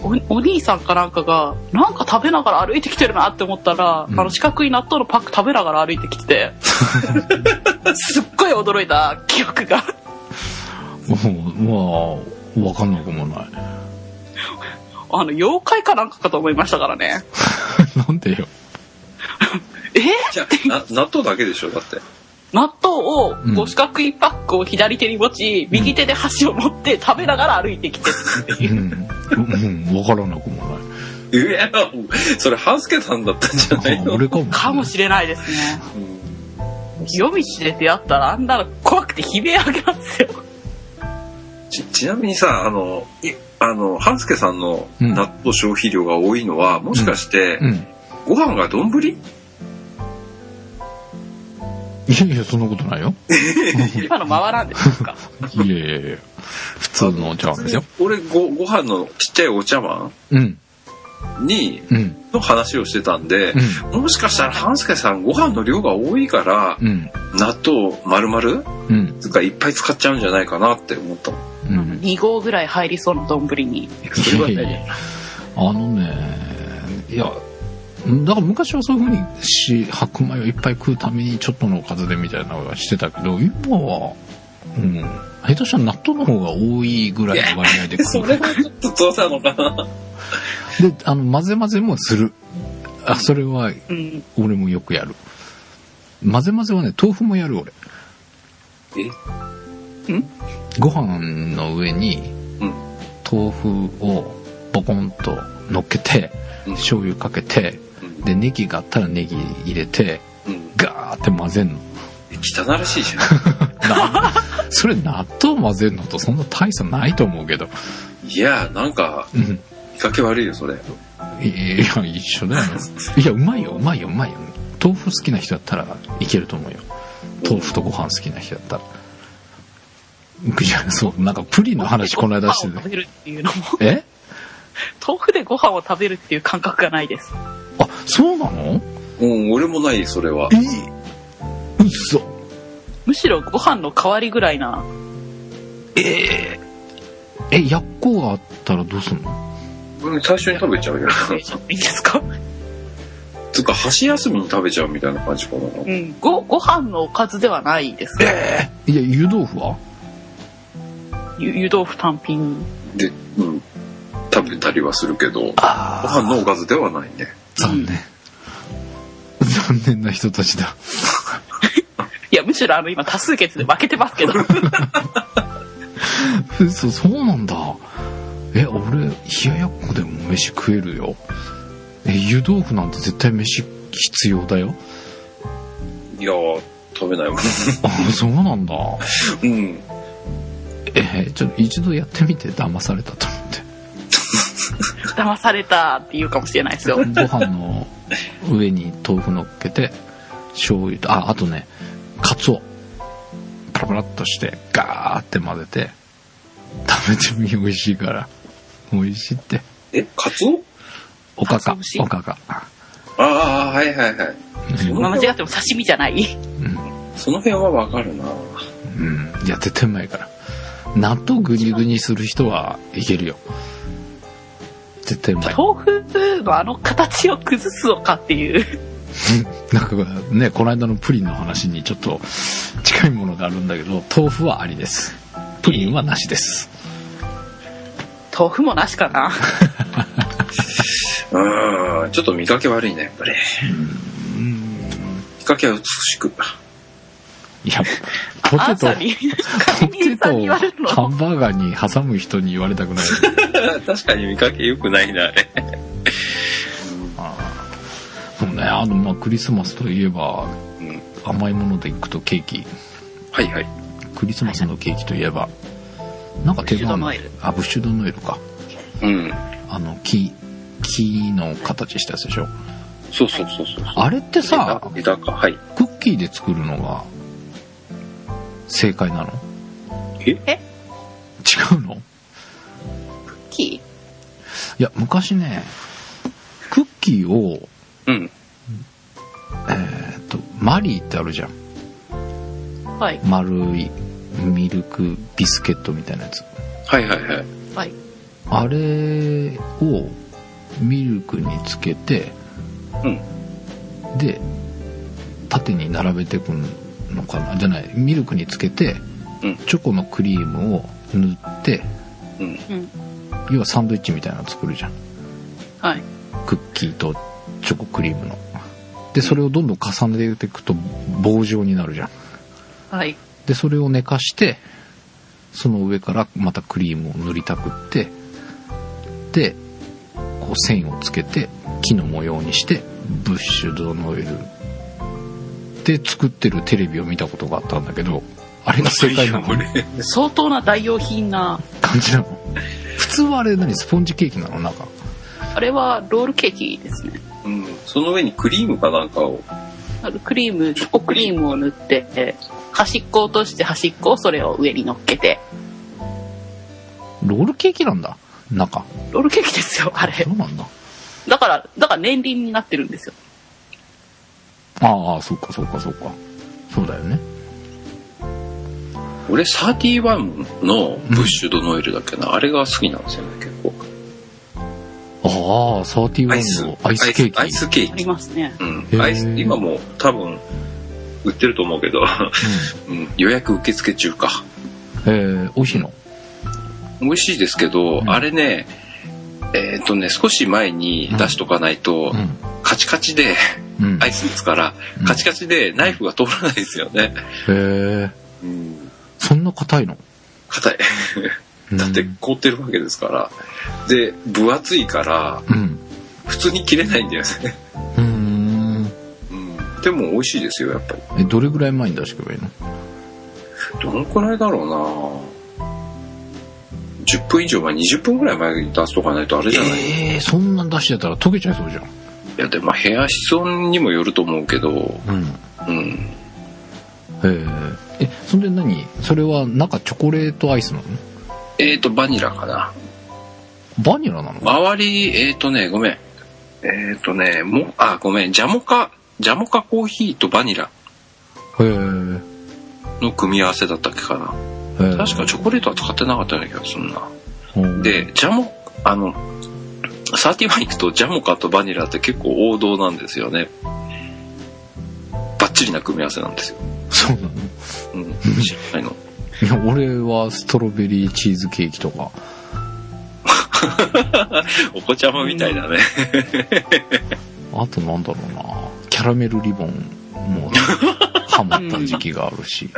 Speaker 4: おお兄さんかなんかが、なんか食べながら歩いてきてるなって思ったら、
Speaker 5: うん
Speaker 4: あの四角い納豆のパック食べながら歩いてきて て、すっごい驚いた記憶が。
Speaker 5: もう、まあ、わかんなくもない。
Speaker 4: あの、妖怪かなんかかと思いましたからね。
Speaker 5: なんでよ。
Speaker 4: え
Speaker 1: じゃな納豆だけでしょだって。
Speaker 4: 納豆を
Speaker 5: うん、
Speaker 4: こう四角いパックを左手に持ち、右手で箸を持って食べながら歩いてきて。
Speaker 5: うん。うん、わからなくもない
Speaker 1: やいや、それ、ハンスケさんだったんじゃない
Speaker 5: い。 あ
Speaker 1: の
Speaker 5: 俺かも、
Speaker 4: かもしれないですね。夜道で出会ったらあんなの怖くて悲鳴あげますよ。
Speaker 1: ちちなみにさ、あの、いあの、ハンスケさんの
Speaker 5: うん
Speaker 1: 納豆消費量が多いのは、もしかして
Speaker 5: う、ん。
Speaker 1: ご飯が丼
Speaker 5: いやいや、そんなことないよ。
Speaker 4: 今のままなんですか。
Speaker 5: いやいやいや。普通のお茶碗ですよ。
Speaker 1: 俺ご、ご飯のちっちゃいお茶碗
Speaker 5: うん。
Speaker 1: に、
Speaker 5: うん。
Speaker 1: の話をしてたんで、もしかしたら、半助さんご飯の量が多いから、
Speaker 5: うん。
Speaker 1: 納豆丸々
Speaker 5: うん。うん。
Speaker 1: とかいっぱい使っちゃうんじゃないかなって思った。
Speaker 5: うん。
Speaker 4: 2合ぐらい入りそうな丼に。
Speaker 1: いやそれは
Speaker 5: や
Speaker 1: ね、
Speaker 5: や あのね、いや、だから昔はそういうふうにし、白米をいっぱい食うためにちょっとのおかずでみたいなのはしてたけど、今は、うん、下手したら納豆の方が多いぐらいの割合で
Speaker 1: そ
Speaker 5: 食う。
Speaker 1: れはちょっとどうなのかな。
Speaker 5: で、あの、混ぜ混ぜもする。あ、それは
Speaker 4: うん。
Speaker 5: 俺もよくやる。混ぜ混ぜはね、豆腐もやる俺。
Speaker 4: えん
Speaker 5: ご飯の上に
Speaker 1: うん、
Speaker 5: 豆腐をボコンと乗っけて、
Speaker 1: うん
Speaker 5: 醤油かけて、
Speaker 1: うん
Speaker 5: で、ネギがあったらネギ入れて、
Speaker 1: うん
Speaker 5: ガーって混ぜんの。
Speaker 1: 汚らしい じゃ
Speaker 5: なそれ納豆混ぜんのとそんな大差ないと思うけど。
Speaker 1: ん。いや、なんか、
Speaker 5: うん。
Speaker 1: 見かけ悪いよ、それ。
Speaker 5: いや、一緒だよね。いや、うまいよ、うまいよ、うまいよ。豆腐好きな人だったらいけると思うよ。豆腐とご飯好きな人だったら。いや、そう、なんかプリンの話この間し
Speaker 4: ご飯
Speaker 5: て
Speaker 4: を食
Speaker 5: て。
Speaker 4: べるっていうのも、
Speaker 5: え
Speaker 4: 豆腐でご飯を食べるっていう感覚がないです。
Speaker 5: あ、そうなの
Speaker 1: うん、俺もない、それは。
Speaker 5: えうそ。
Speaker 4: むしろご飯の代わりぐらいな。
Speaker 5: え、薬効があったらどうすんの
Speaker 1: うん最初に食べちゃう よ。
Speaker 4: いいですか
Speaker 1: つうか、箸休みに食べちゃうみたいな感じかな。
Speaker 4: うん。ご、ご飯のおかずではないです。
Speaker 5: いや、湯豆腐は
Speaker 4: ゆ湯豆腐単品。
Speaker 1: で、うん、食べたりはするけど、ご飯のおかずではないね。
Speaker 5: 残念。残念な人たちだ。
Speaker 4: いや、むしろあの今多数決で負けてます けど。
Speaker 5: 嘘、そうなんだ。え、俺、冷ややっこでも飯食えるよ。え、湯豆腐なんて絶対飯必要だよ。
Speaker 1: いやー、食べないもん。
Speaker 5: あ、そうなんだ。
Speaker 1: うん。
Speaker 5: え、ちょっと一度やってみて騙されたと思って。
Speaker 4: 騙されたって言うかもしれないですよ。
Speaker 5: ご飯の上に豆腐乗っけて、醤油と、あ、あとね、カツオ。パラパラっとして、ガーって混ぜて、食べてみ、美味しいから。美味しいって。
Speaker 1: え、カツオ
Speaker 5: おか
Speaker 4: カツオ
Speaker 5: か
Speaker 4: 美味し、い
Speaker 5: おかか。
Speaker 1: ああ、はいはいはい。
Speaker 5: うん
Speaker 4: 間違っても刺身じゃない。
Speaker 1: その辺はわかるな。
Speaker 5: うん。いや、絶対うまいから。納豆グニグニする人はいけるよ。絶対うまい。
Speaker 4: 豆腐のあの形を崩すのかっていう。
Speaker 5: なんかね、この間のプリンの話にちょっと近いものがあるんだけど、豆腐はありです。プリンはなしです。
Speaker 4: 豆腐もなしかな。
Speaker 1: うーん、ちょっと見かけ悪いね、やっぱり。
Speaker 5: うん。
Speaker 1: 見かけは美しく。
Speaker 5: いや、ポ
Speaker 4: ア
Speaker 5: テ
Speaker 4: ンさん
Speaker 5: ト、
Speaker 4: に、管
Speaker 5: ポ
Speaker 4: 理
Speaker 5: テ
Speaker 4: 人さ
Speaker 5: ト
Speaker 4: んに言われる
Speaker 5: を
Speaker 4: の。
Speaker 5: ハンバーガーに挟む人に言われたくない。
Speaker 1: 確かに見かけ良くないな、あれ。
Speaker 5: あーそうね、あの、まあ、クリスマスといえば、
Speaker 1: うん
Speaker 5: 甘いもので行くとケーキ。
Speaker 1: はいはい。
Speaker 5: クリスマスのケーキといえば、なんか手
Speaker 4: ブッシュド
Speaker 5: 番
Speaker 4: ノエル、
Speaker 5: あ、ブッシュドノエルか。
Speaker 1: うん。
Speaker 5: あの、木、木の形したやつでしょ。
Speaker 1: そうそうそうそう。
Speaker 5: あれってさ、
Speaker 1: 枝か、はい。
Speaker 5: クッキーで作るのが正解なの
Speaker 1: え
Speaker 4: え
Speaker 5: 違うの
Speaker 4: キ
Speaker 5: いや昔ねクッキーを
Speaker 1: うん。
Speaker 5: えっとマリーってあるじゃん
Speaker 4: ーはい、
Speaker 5: 丸いミルクビスケットみたいなやつ
Speaker 1: はいはいはい。
Speaker 4: はい。
Speaker 5: あれをミルクにつけて、で縦に並べてくんのかなじゃないミルクにつけて、
Speaker 1: うん
Speaker 5: チョコのクリームを塗って
Speaker 1: うん。
Speaker 4: うん。
Speaker 5: 要はサンドイッチみたいなの作るじゃん
Speaker 4: はい。
Speaker 5: クッキーとチョコクリームのでそれをどんどん重ねていくと棒状になるじゃん
Speaker 4: はい。
Speaker 5: でそれを寝かしてその上からまたクリームを塗りたくってでこう線をつけて木の模様にしてブッシュドノエルで作ってるテレビを見たことがあったんだけどあれが正解なの
Speaker 4: 相当な代用品な、
Speaker 5: 感じなの普通はあれ何スポンジケーキなのなんか
Speaker 4: あれはロールケーキですね。
Speaker 1: うん。その上にクリームかなんかを。
Speaker 4: あのクリーム、チョコクリームを塗って、端っこ落として端っこをそれを上に乗っけて、
Speaker 5: ロールケーキなんだ中
Speaker 4: ロールケーキですよ、あれ
Speaker 5: そ。うなんだ
Speaker 4: だから、だから年輪になってるんですよ。
Speaker 5: ああ、そうかそうかそうか。そうだよね。
Speaker 1: 俺、31のブッシュドノエルだっけな、あれが好きなんですよね、結構。
Speaker 5: ああ、
Speaker 1: アイス
Speaker 5: 31の、アイスケーキ。
Speaker 1: アイスケー
Speaker 4: あ
Speaker 1: キ
Speaker 4: り。ますね。
Speaker 1: う
Speaker 5: へ
Speaker 1: ん。
Speaker 5: ー
Speaker 1: アイス、今もう多分、売ってると思うけど、 うん、予約受付中か。
Speaker 5: うん、えー、美味しいの。
Speaker 1: 美味しいですけど、
Speaker 5: うん
Speaker 1: あれね、えーっとね、少し前に出しとかないと、
Speaker 5: う
Speaker 1: カチカチで、
Speaker 5: ん。うん。
Speaker 1: アイスですから、
Speaker 5: うん
Speaker 1: カチカチでナイフが通らないですよね。
Speaker 5: へえ、
Speaker 1: うん。
Speaker 5: そんな硬いの
Speaker 1: 硬い。だって凍ってるわけですから。で、分厚いから、
Speaker 5: うん。
Speaker 1: 普通に切れないんだよね。
Speaker 5: うん。うん
Speaker 1: うん。でも美味しいですよ、やっぱり。
Speaker 5: え、どれぐらい前に出してけばいいの
Speaker 1: どのくらいだろうな10分以上前、20分くらい前に出しとかないとあれじゃない、い
Speaker 5: ええー、そんなん出してたら溶けちゃいそうじゃん。
Speaker 1: や、でも部屋室温にもよると思うけど、
Speaker 5: うん。
Speaker 1: うん。
Speaker 5: えええ、それで何それは中チョコレートアイスなの
Speaker 1: えーと、バニラかな。
Speaker 5: バニラなの
Speaker 1: 周り、えーとね、ごめん。えーとね、も、あ、ごめん、ジャモカ、ジャモカコーヒーとバニラ
Speaker 5: へー
Speaker 1: の組み合わせだったっけかな。
Speaker 5: えー。
Speaker 1: 確かチョコレートは使ってなかったような気がするな。
Speaker 5: うん
Speaker 1: で、ジャモ、あの、サーティワン行くとジャモカとバニラって結構王道なんですよね。バッチリな組み合わせなんですよ。
Speaker 5: そうなの
Speaker 1: うん、知らないの。
Speaker 5: いや、俺はストロベリーチーズケーキとか。
Speaker 1: お子ちゃまみたいだね。
Speaker 5: あとなんだろうなキャラメルリボン もハマった時期があるし。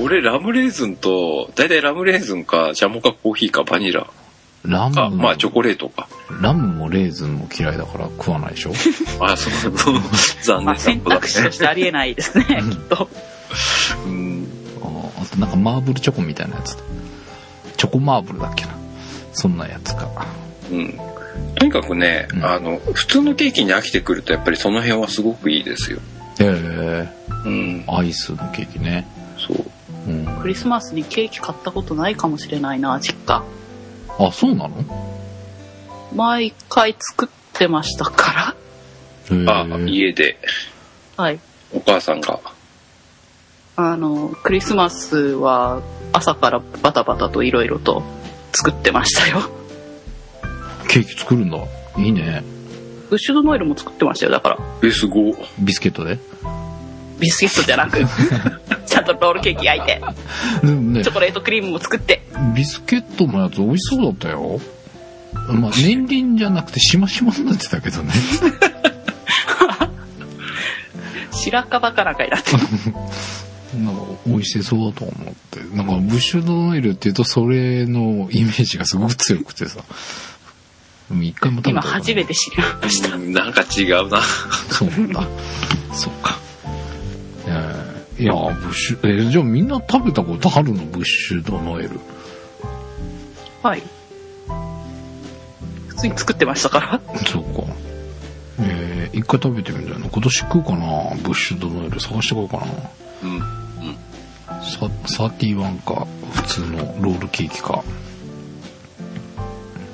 Speaker 1: 俺、ラムレーズンと、だいたいラムレーズンか、ジャモカコーヒーか、バニラ
Speaker 5: ラム
Speaker 1: か、
Speaker 5: も、
Speaker 1: まあ、チョコレートか。
Speaker 5: ラムもレーズンも嫌いだから食わないでしょ
Speaker 1: あ、そう、そう、残念
Speaker 4: ま
Speaker 1: な
Speaker 4: あ、選
Speaker 1: 子だ
Speaker 4: 択肢と
Speaker 1: ね。
Speaker 4: してありえないですね、きっと。
Speaker 1: うん
Speaker 5: あーあとなんかマーブルチョコみたいなやつ。チョコマーブルだっけな。そんなやつか。
Speaker 1: うん。とにかくね、
Speaker 5: うん
Speaker 1: あの、普通のケーキに飽きてくると、やっぱりその辺はすごくいいですよ。
Speaker 5: ええ
Speaker 1: うん、
Speaker 5: アイスのケーキね。
Speaker 1: そう。
Speaker 5: うん。
Speaker 4: クリスマスにケーキ買ったことないかもしれないな、実家。
Speaker 5: あ、そうなの
Speaker 4: 毎回作ってましたか
Speaker 5: へー
Speaker 1: あ、家で、
Speaker 4: ら。はい。
Speaker 1: お母さんが。
Speaker 4: あの、クリスマスは朝からバタバタといろいろと作ってましたよ。
Speaker 5: ケーキ作るんだ。いいね。
Speaker 4: ブッシュドノエルも作ってましたよ、だから。
Speaker 1: え、すご。
Speaker 5: ビスケットで。
Speaker 4: ビスケットじゃな く、ちゃんとロールケーキ焼いて、
Speaker 5: でもね
Speaker 4: チョ、コレートクリームも作って。
Speaker 5: ビスケットのやつ美味しそうだったよ。まあ、年輪じゃなくてしましまになってたけ どね。
Speaker 4: 白樺かなんかになって。
Speaker 5: なんか美味しそうだと思って。なんかブッシュドノエルっていうとそれのイメージがすごく強くてさ。でも一回も食べた
Speaker 4: 今
Speaker 5: ことない
Speaker 4: 初めて知りました。
Speaker 1: うんなんか違うな。
Speaker 5: そうなんだ。そうか。えーいやー、ブッシュ、えーじゃあみんな食べたことあるのブッシュドノエル。
Speaker 4: はい。普通に作ってましたから。
Speaker 5: そうか。えー一回食べてみたいな。今年食うかなブッシュドノエル探してこようかな。
Speaker 1: うん。
Speaker 5: サ31か普通のロールケーキか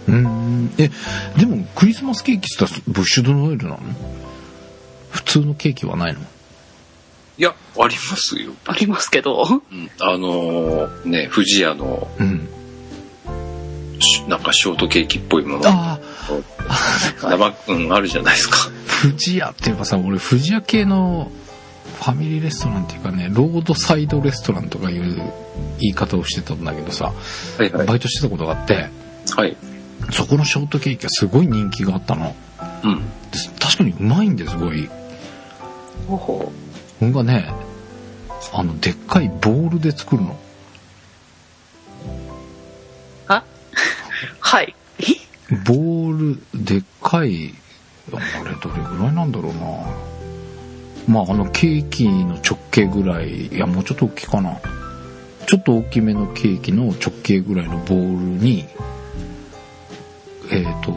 Speaker 5: うーんえでもクリスマスケーキって言ったらブッシュドノエルなの普通のケーキはないの
Speaker 1: いや、ありますよ。
Speaker 4: ありますけど。
Speaker 1: うん。あのーね、富士屋の、
Speaker 5: うん
Speaker 1: しなんかショートケーキっぽいもの。
Speaker 5: ああ
Speaker 1: 生、うん、あるじゃないですか。
Speaker 5: 富士屋っていうかさ俺富士屋系のファミリーレストランっていうかねロードサイドレストランとかいう言い方をしてたんだけどさ
Speaker 1: はいはい。
Speaker 5: バイトしてたことがあって
Speaker 1: はい。
Speaker 5: そこのショートケーキはすごい人気があったので
Speaker 1: うん。
Speaker 5: 確かにうまいんですごい
Speaker 4: ほほ
Speaker 5: 僕がねあのでっかいボールで作るの
Speaker 4: はい。
Speaker 5: ボールでっかいあれどれぐらいなんだろうなまああのケーキの直径ぐらいいやもうちょっと大きいかなちょっと大きめのケーキの直径ぐらいのボールにえっ、と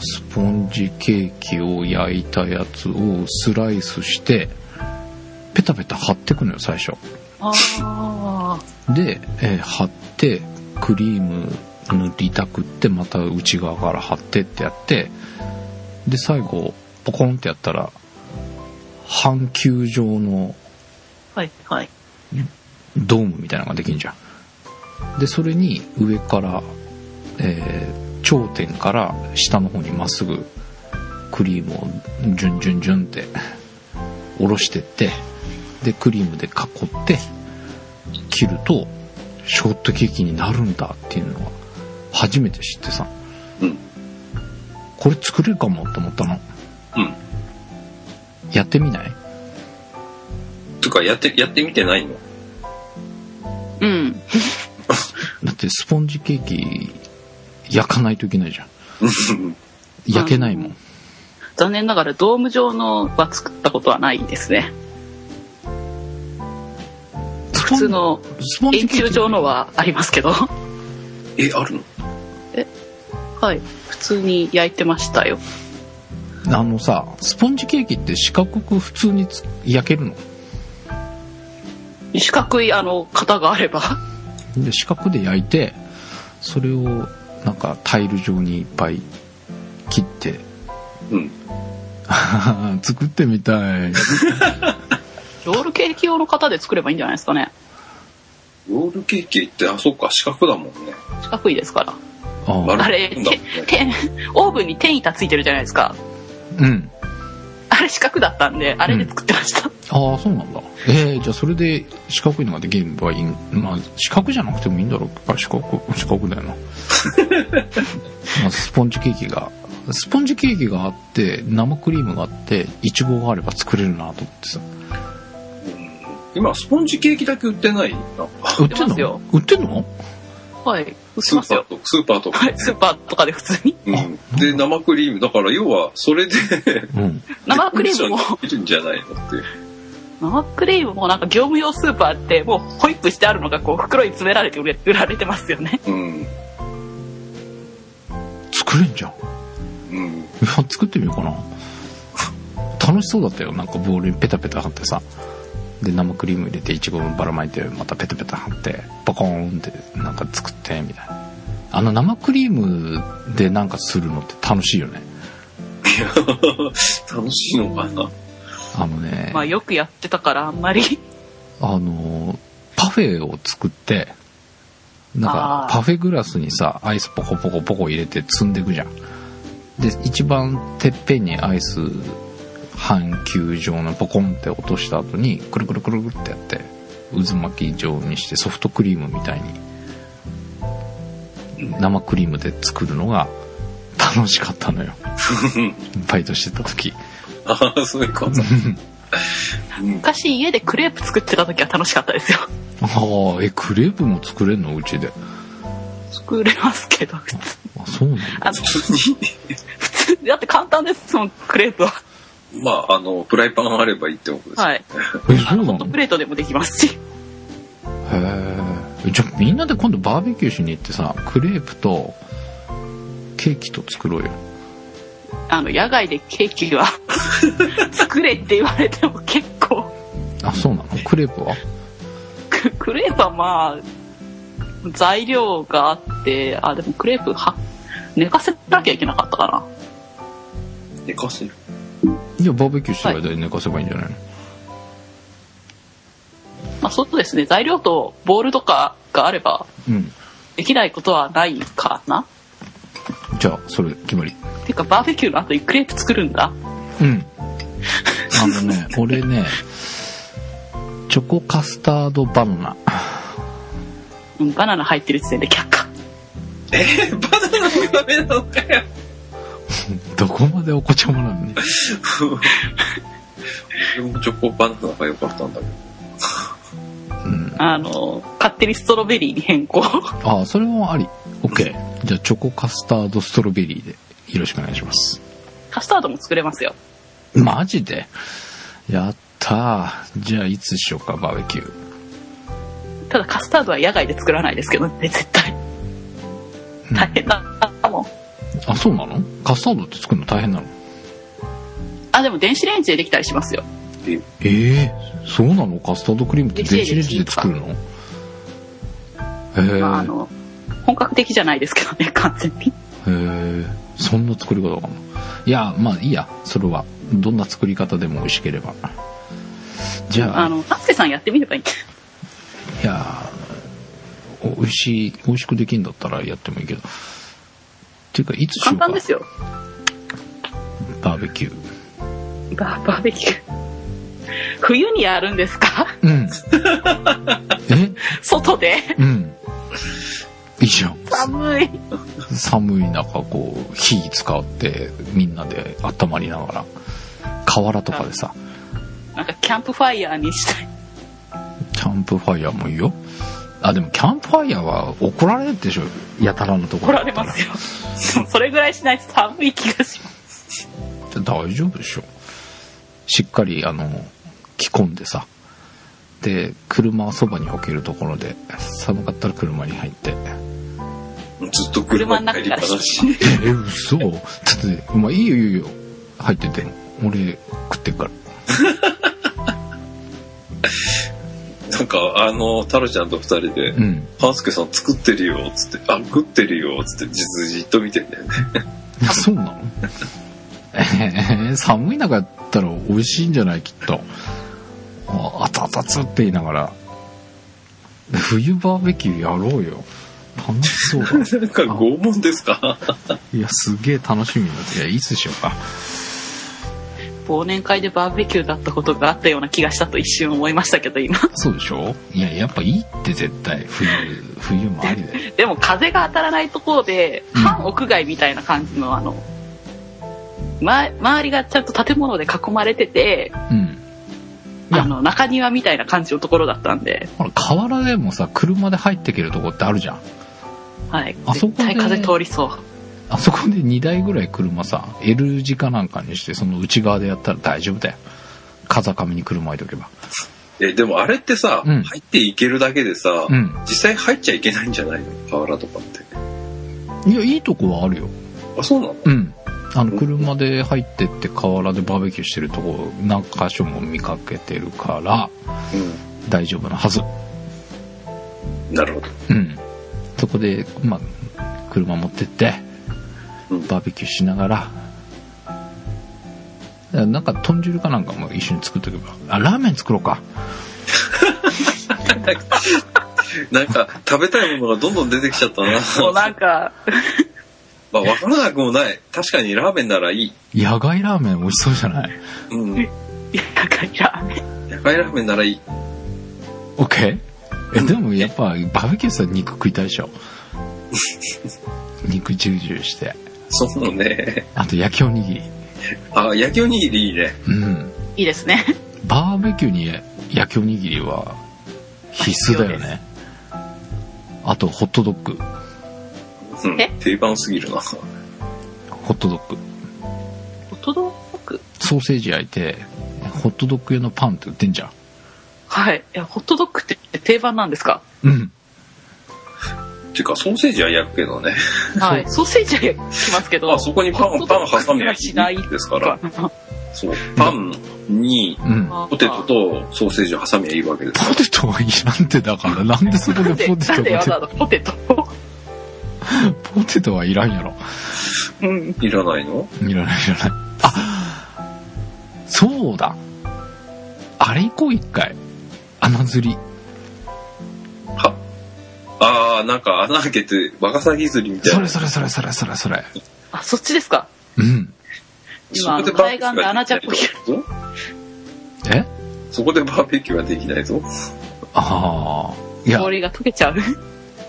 Speaker 5: スポンジケーキを焼いたやつをスライスしてペタペタ貼ってくのよ最初
Speaker 4: ああ。
Speaker 5: で、えー貼ってクリーム塗りたくってまた内側から貼ってってやってで最後ポコンってやったら半球状の
Speaker 4: はい、はい。
Speaker 5: ドームみたいなのができんじゃんでそれに上から、えー頂点から下の方にまっすぐクリームをジュンジュンジュンって下ろしてってでクリームで囲って切るとショートケーキになるんだっていうのは初めて知ってさ、
Speaker 1: うん
Speaker 5: これ作れるかもと思ったの
Speaker 1: うん。
Speaker 5: やってみない
Speaker 1: とか、やって、やってみてないの
Speaker 4: うん。
Speaker 5: だってスポンジケーキ焼かないといけない じゃん焼けないもん
Speaker 4: 残念ながらドーム状のは作ったことはないですね。
Speaker 5: 普
Speaker 4: 普通の
Speaker 5: スポンジ
Speaker 4: 円
Speaker 5: ケー
Speaker 4: 球
Speaker 5: キ
Speaker 4: 状のはありますけど。は
Speaker 1: え、あるの
Speaker 4: い。普通に焼いてましたよ。
Speaker 5: あのさスポンジケーキって四角く普通につ焼けるの
Speaker 4: 四角いあの型があれば。
Speaker 5: で四角で焼いてそれをなんかタイル状にいっぱい切って
Speaker 1: うん。
Speaker 5: あー作ってみ たい
Speaker 4: ロールケーキ用の型で作ればいいんじゃないですかね。
Speaker 1: ロールケーキって、あ、そっか、四角だもんね。
Speaker 4: 四角いですから。
Speaker 5: あー
Speaker 1: 丸
Speaker 4: あれ、
Speaker 1: そうだ
Speaker 4: ててオーブンに天板ついてるじゃないですか。
Speaker 5: うん
Speaker 4: あれ四角だったんで、あれで作ってました。
Speaker 5: ああそうなんだえー、じゃあそれで四角いのができればいいんまあ四角じゃなくてもいいんだろうけどあ四角四角だよなまあスポンジケーキがスポンジケーキがあって生クリームがあっていちごがあれば作れるなと思ってさ
Speaker 1: 今、スポンジケーキだけ売ってないなんか
Speaker 5: 売っ
Speaker 4: って
Speaker 5: てん
Speaker 4: ます
Speaker 5: の
Speaker 4: よ
Speaker 5: 売ってんの
Speaker 4: はい。売って
Speaker 1: ス
Speaker 4: ま
Speaker 1: ー
Speaker 4: す
Speaker 1: パー
Speaker 4: よ。
Speaker 1: と、スーパーとか
Speaker 4: はい。スーパーとかで普通に。
Speaker 1: うん。で、生クリーム。だから、要は、それで、
Speaker 5: うん
Speaker 4: 生クリー ムも、
Speaker 1: いるんじゃないのっていう。
Speaker 4: 生クリームもなんか業務用スーパーって、もうホイップしてあるのがこう袋に詰められて売れ売られてますよね。
Speaker 1: うん。
Speaker 5: 作れんじゃん
Speaker 1: うん。
Speaker 5: いや 作ってみようかな楽しそうだったよなんかボールにペタペタ貼ってさで生クリーム入れていちごばらまいてまたペタペタ貼ってパコーンってなんか作ってみたいなあの生クリームでなんかするのって楽しいよね
Speaker 1: いや楽しいのかな
Speaker 5: あのね、
Speaker 4: まあよくやってたからあんまり。
Speaker 5: あのパフェを作ってなんか
Speaker 4: あー
Speaker 5: パフェグラスにさアイスポコポコポコ入れて積んでいくじゃんで一番てっぺんにアイス半球状のポコンって落とした後にくるくるくるくるってやって渦巻き状にしてソフトクリームみたいに生クリームで作るのが楽しかったの よバイトしてた時
Speaker 1: ああ、そういう こと。うん。
Speaker 4: 昔家でクレープ作ってた時は楽しかったですよ。
Speaker 5: ああえクレープも作れんのうちで
Speaker 4: 作れますけど、普通。
Speaker 5: あそうなんだ
Speaker 4: あの、
Speaker 1: 普通に、
Speaker 4: 普 通だって簡単ですもん、クレープは。
Speaker 1: まあ、あの、フライパンあればいいってことです。
Speaker 4: はい。
Speaker 5: えそうなの
Speaker 4: プレートでもできますし。
Speaker 5: へえじゃあみんなで今度バーベキューしに行ってさクレープとケーキと作ろうよ
Speaker 4: あの、野外でケーキは作れって言われても結構、
Speaker 5: あそうなのクレープは
Speaker 4: ククレープはまあ、材料があって、あ、でもクレープは、寝かせなきゃいけなかったかな。
Speaker 1: 寝かせる。
Speaker 5: いやバーベキューしてる間に寝かせばいいんじゃないの、
Speaker 4: まあそうですね、材料とボールとかがあれば、
Speaker 5: うん
Speaker 4: できないことはないかな。
Speaker 5: じゃあそれ決まり
Speaker 4: てか、バーベキューの後にクレープ作るんだ。
Speaker 5: うん あのね俺ねチョコカスタードバナナ
Speaker 4: うん、バナナ入ってる時点で却下。
Speaker 1: えー、バナナもダメなのかよ。
Speaker 5: どこまでお子ちゃまなのね
Speaker 1: 俺もチョコバナナが良かったんだけど。
Speaker 5: うん
Speaker 4: あの、勝手にストロベリーに変更。
Speaker 5: あそれもあり OK じゃあチョコカスタードストロベリーでよろしくお願いします
Speaker 4: カスタードも作れますよ。
Speaker 5: マジでやったー。じゃあ、いつしようか、バーベキュー。
Speaker 4: ただカスタードは野外で作らないですけどね、絶対。
Speaker 5: うん
Speaker 4: 大変だもん。
Speaker 5: あ、そうなのカスタードって作るの大変なの
Speaker 4: あ、でも電子レンジでできたりしますよ。
Speaker 5: ええそうなのカスタードクリームって電子レンジで作るのへえ
Speaker 4: まあ、あの、本格的じゃないですけどね、完全に。
Speaker 5: へえそんな作り方かな。いやまあいいやそれはどんな作り方でも美味しければじゃあ
Speaker 4: あの、達成さんやってみればいいんだよ
Speaker 5: いやーお美味しい美味しくできんだったらやってもいいけどっていうかいつしよう
Speaker 4: 簡
Speaker 5: か
Speaker 4: 単ですよ。
Speaker 5: バーベキュー
Speaker 4: バーバーベキュー。冬にやるんですか
Speaker 5: うん え
Speaker 4: 外で
Speaker 5: うんいいじゃん
Speaker 4: 寒い。
Speaker 5: 寒い中こう火使ってみんなで温まりながら河原とかでさ
Speaker 4: なんかキャンプファイヤーにしたい。
Speaker 5: キャンプファイヤーもいいよあでもキャンプファイヤーは怒られるでしょやたらのとこ
Speaker 4: 怒
Speaker 5: ろ
Speaker 4: られますよ。 でもそれぐらいしないと寒い気がします。
Speaker 5: 大丈夫でしょしっかりあの着込んでさで車はそばに置けるところで寒かったら車に入って
Speaker 1: ずっと車に入りっぱなし。
Speaker 5: え嘘ちょっとねお前いいよいいよ入ってて俺食ってっから
Speaker 1: なんか、あの、タロちゃんと二人で、
Speaker 5: うん
Speaker 1: 半助さん作ってるよ、つって、あ、食ってるよ、つって、じじっと見てんだよね。
Speaker 5: そうなのえー寒い中やったら美味しいんじゃないきっと。ああたたつって言いながら。冬バーベキューやろうよ。楽しそうだ。
Speaker 1: なんか拷問ですか
Speaker 5: いや、すげえ楽しみだ。いや、いつしようか。
Speaker 4: 忘年会でバーベキューだったことがあったような気がしたと一瞬思いましたけど、今。
Speaker 5: そうでしょいや、やっぱいいって絶対。冬、冬もありだよ。
Speaker 4: でも風が当たらないところで、
Speaker 5: うん
Speaker 4: 半屋外みたいな感じの、あの、ま、周りがちゃんと建物で囲まれてて、
Speaker 5: うん。いや
Speaker 4: あの、中庭みたいな感じのところだったんで、
Speaker 5: ほら、河原でもさ、車で入ってけるとこってあるじゃん。
Speaker 4: はい。
Speaker 5: あそこで
Speaker 4: 絶対風通りそう。
Speaker 5: あそこで2台ぐらい車さ、L 字かなんかにして、その内側でやったら大丈夫だよ。風上に車置いとけば。
Speaker 1: え、でもあれってさ、
Speaker 5: うん
Speaker 1: 入っていけるだけでさ、
Speaker 5: うん。
Speaker 1: 実際入っちゃいけないんじゃないの河原とかって。
Speaker 5: いや、いいとこはあるよ。
Speaker 1: あ、そうなの
Speaker 5: うん。あの、車で入ってって河原でバーベキューしてるとこ、何箇所も見かけてるから、大丈夫なはず。
Speaker 1: うん。なるほど。
Speaker 5: うん。そこで、まあ、車持ってって、
Speaker 1: うん
Speaker 5: バーベキューしながら、あなんか豚汁かなんかも一緒に作っとけば。あ、ラーメン作ろうか。
Speaker 1: なんか、食べたいものがどんどん出てきちゃったな。
Speaker 4: もうなんか、
Speaker 1: まあ、わからなくもない。確かにラーメンならいい。
Speaker 5: 野外ラーメン美味しそうじゃない
Speaker 1: うん。
Speaker 4: いやなんかいや、
Speaker 1: 野外ラーメンならいい。
Speaker 5: オッケーえでもやっぱバーベキューさ肉食いたいで しょ肉ジュージューして
Speaker 1: そうね。
Speaker 5: あと焼きおにぎり
Speaker 1: あ、焼きおにぎりいいね。
Speaker 5: うん
Speaker 4: いいですね。
Speaker 5: バーベキューに焼きおにぎりは必須だよねあとホットドッグ
Speaker 1: うん
Speaker 4: え。
Speaker 1: 定番すぎるな。
Speaker 5: ホットドッグ
Speaker 4: ホットドッグ
Speaker 5: ソーセージ焼いてホットドッグ用のパンって売ってんじゃん
Speaker 4: はい。いや、ホットドッグって定番なんですか
Speaker 5: うん
Speaker 1: てか、ソーセージは焼くけどね。
Speaker 4: はい。ソーセージはしますけど。
Speaker 1: あ、そこにパン、
Speaker 4: ホットド
Speaker 1: パン
Speaker 4: ッグ
Speaker 1: 挟みは
Speaker 4: しない
Speaker 1: ですから。そう。パンに、
Speaker 5: うん
Speaker 4: あ
Speaker 1: ポテトとソーセージを挟みはいいわけです
Speaker 5: ポテトはいらんってだからなんでそこ
Speaker 4: な
Speaker 5: で
Speaker 4: んで、
Speaker 5: ポテト
Speaker 4: なんでわざ
Speaker 5: が
Speaker 4: わざポテトを
Speaker 5: ポテトはいらんやろ
Speaker 4: うん。
Speaker 1: いらないの
Speaker 5: いらないいらない。あそうだ。あれ行こう一回。穴釣り。
Speaker 1: は。あー、なんか穴開けて、ワカサギ釣りみた
Speaker 5: そ
Speaker 1: い
Speaker 5: れ
Speaker 1: な。
Speaker 5: それそれそれそれそれ。
Speaker 4: あ、そっちですか
Speaker 5: うん。
Speaker 4: 今、あの
Speaker 1: そこ
Speaker 4: 海岸で穴ジャックを
Speaker 1: でバーベキューができないぞ
Speaker 5: え
Speaker 1: そこでバーベキューはできないぞ。
Speaker 5: ああ。いや、
Speaker 4: 氷が溶けちゃう。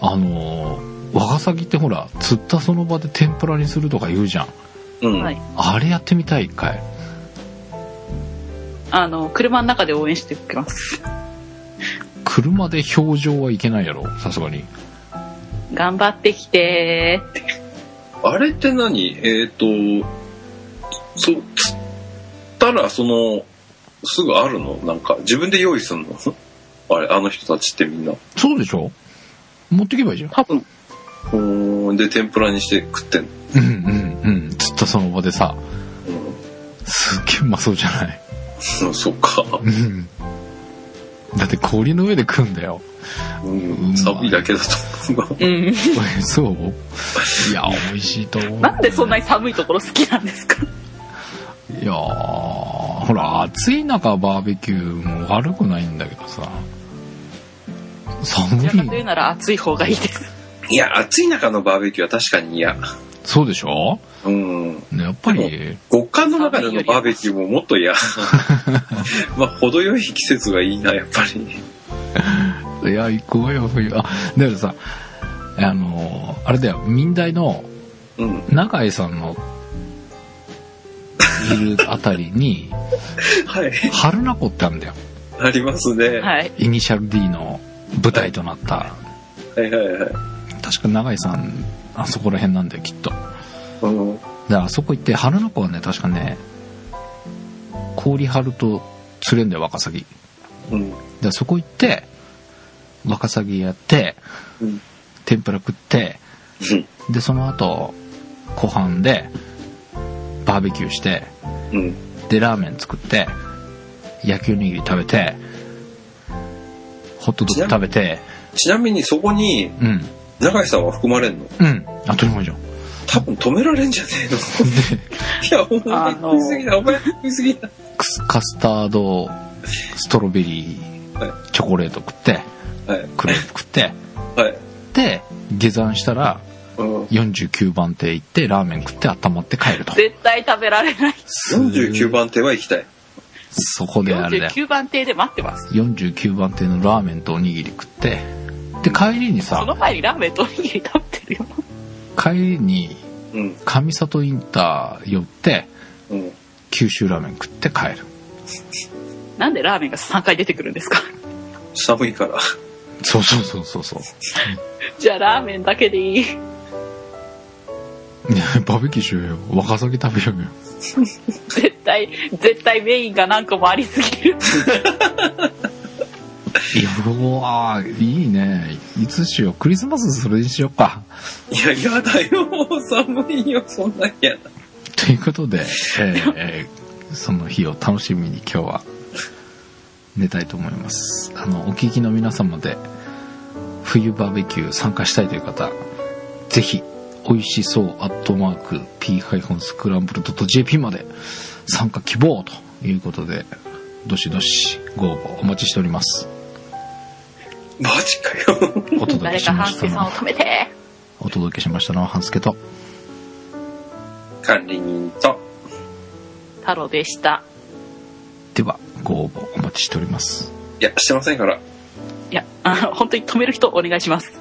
Speaker 5: あのー、ワカサギってほら、釣ったその場で天ぷらにするとか言うじゃん。
Speaker 1: うん。
Speaker 4: はい
Speaker 5: あれやってみたい一回。
Speaker 4: あの、車の中で応援してきます。
Speaker 5: 車で表情はいけないやろ、さすがに。
Speaker 4: 頑張ってきてーって。
Speaker 1: あれって何えっ、と、そ、釣ったら、その、すぐあるのなんか、自分で用意すんの あれ、あの人たちってみんな。
Speaker 5: そうでしょ持ってけばいいじゃん。
Speaker 4: 多分、
Speaker 1: ほーんで、天ぷらにして食ってんの。
Speaker 5: うんうんうん。釣ったその場でさ、
Speaker 1: う
Speaker 5: すっげえうまそうじゃない
Speaker 1: んうん、そっか。
Speaker 5: うん。だって氷の上で食うんだよ。
Speaker 1: うん、寒いだけだと思うが。
Speaker 4: うん。
Speaker 5: そういや、美味しいと思う。
Speaker 4: なんでそんなに寒いところ好きなんですか
Speaker 5: いやーほら暑い中バーベキューも悪くないんだけどさ寒
Speaker 4: どちらかとい
Speaker 5: いう
Speaker 4: なら暑い方がいいです。
Speaker 1: いや、暑い中のバーベキューは確かに嫌。
Speaker 5: そうでしょ
Speaker 1: うん。
Speaker 5: ねやっぱ
Speaker 1: で
Speaker 5: り
Speaker 1: 極寒の中でのバーベキューももっと 嫌。まあ、程よい季節がいいな、やっぱり。
Speaker 5: いや行こうよ冬あだけどさあのーあれだよ民大の
Speaker 1: うん。
Speaker 5: 永井さんのいるあたりに
Speaker 1: はい。
Speaker 5: 春名湖ってあるんだよ
Speaker 1: ありますね。は
Speaker 4: はい。
Speaker 5: イニシャル D の舞台となった
Speaker 1: いはいはい。
Speaker 5: 確か永井さんあそこら辺なんだよきっと
Speaker 1: うん。
Speaker 5: だからあそこ行って春の子はね確かね氷張ると釣れんだよワカサギだか
Speaker 1: うん。
Speaker 5: らそこ行ってワカサギやって、
Speaker 1: うん
Speaker 5: 天ぷら食ってでその後湖畔でバーベキューして
Speaker 1: うん。
Speaker 5: でラーメン作って焼きおにぎり食べてホットドッグ食べて
Speaker 1: ちなみにそこに、
Speaker 5: うん
Speaker 1: 永井さんは含まれんの
Speaker 5: うん当たり前じゃん
Speaker 1: 多分止められんじゃねえのいや、
Speaker 4: あ
Speaker 1: お前
Speaker 4: の
Speaker 1: 食いすぎだ、お前食いすぎだ。
Speaker 5: クスカスタードストロベリ
Speaker 1: は
Speaker 5: ーチョコレート食って
Speaker 1: はい。
Speaker 5: クレープ食って
Speaker 1: はい。
Speaker 5: で下山したら
Speaker 1: うん。
Speaker 5: 49番亭行ってラーメン食って温まって帰ると
Speaker 4: 絶対食べられない。
Speaker 5: す
Speaker 1: 49番手は行きたい。
Speaker 5: そこであれだよ
Speaker 4: 49番艇で待ってます。
Speaker 5: 49番亭のラーメンとおにぎり食ってで帰りに
Speaker 4: その
Speaker 5: さ
Speaker 4: 前にラーメンとおにぎり食べてるよ。
Speaker 5: 帰りに
Speaker 1: うん。
Speaker 5: 上里インター寄って
Speaker 1: うん。
Speaker 5: 九州ラーメン食って帰る
Speaker 4: なんでラーメンが3回出てくるんですか
Speaker 1: 寒いから。
Speaker 5: そうそうそうそうそう
Speaker 4: じゃあラーメンだけでいい。
Speaker 5: ねバーベキューしようよワカサギ食べようよ
Speaker 4: 絶対、絶対メインが何個もありすぎる。
Speaker 5: いやうわーいいねいつしようクリスマスそれにしようか
Speaker 1: いや、やだよ。寒いよ。そんな嫌だ。
Speaker 5: ということで、えーえーその日を楽しみに今日は寝たいと思いますあのお聞きの皆様で冬バーベキュー参加したいという方ぜひ美味しそうアットマーク p-scramble.jp まで参加希望ということでどしどしご応募お待ちしており ます
Speaker 1: マジかよ。
Speaker 5: お届け
Speaker 4: 誰
Speaker 5: し
Speaker 4: か
Speaker 5: ま
Speaker 4: 半
Speaker 5: した
Speaker 4: 助さんを
Speaker 5: の
Speaker 4: 止めて。
Speaker 5: お届けしましたのは半助と
Speaker 1: 管理人と。
Speaker 4: 太郎でした。
Speaker 5: ではご応募お待ちしております
Speaker 1: いや、してませんから。
Speaker 4: いや、あの、本当に止める人お願いします。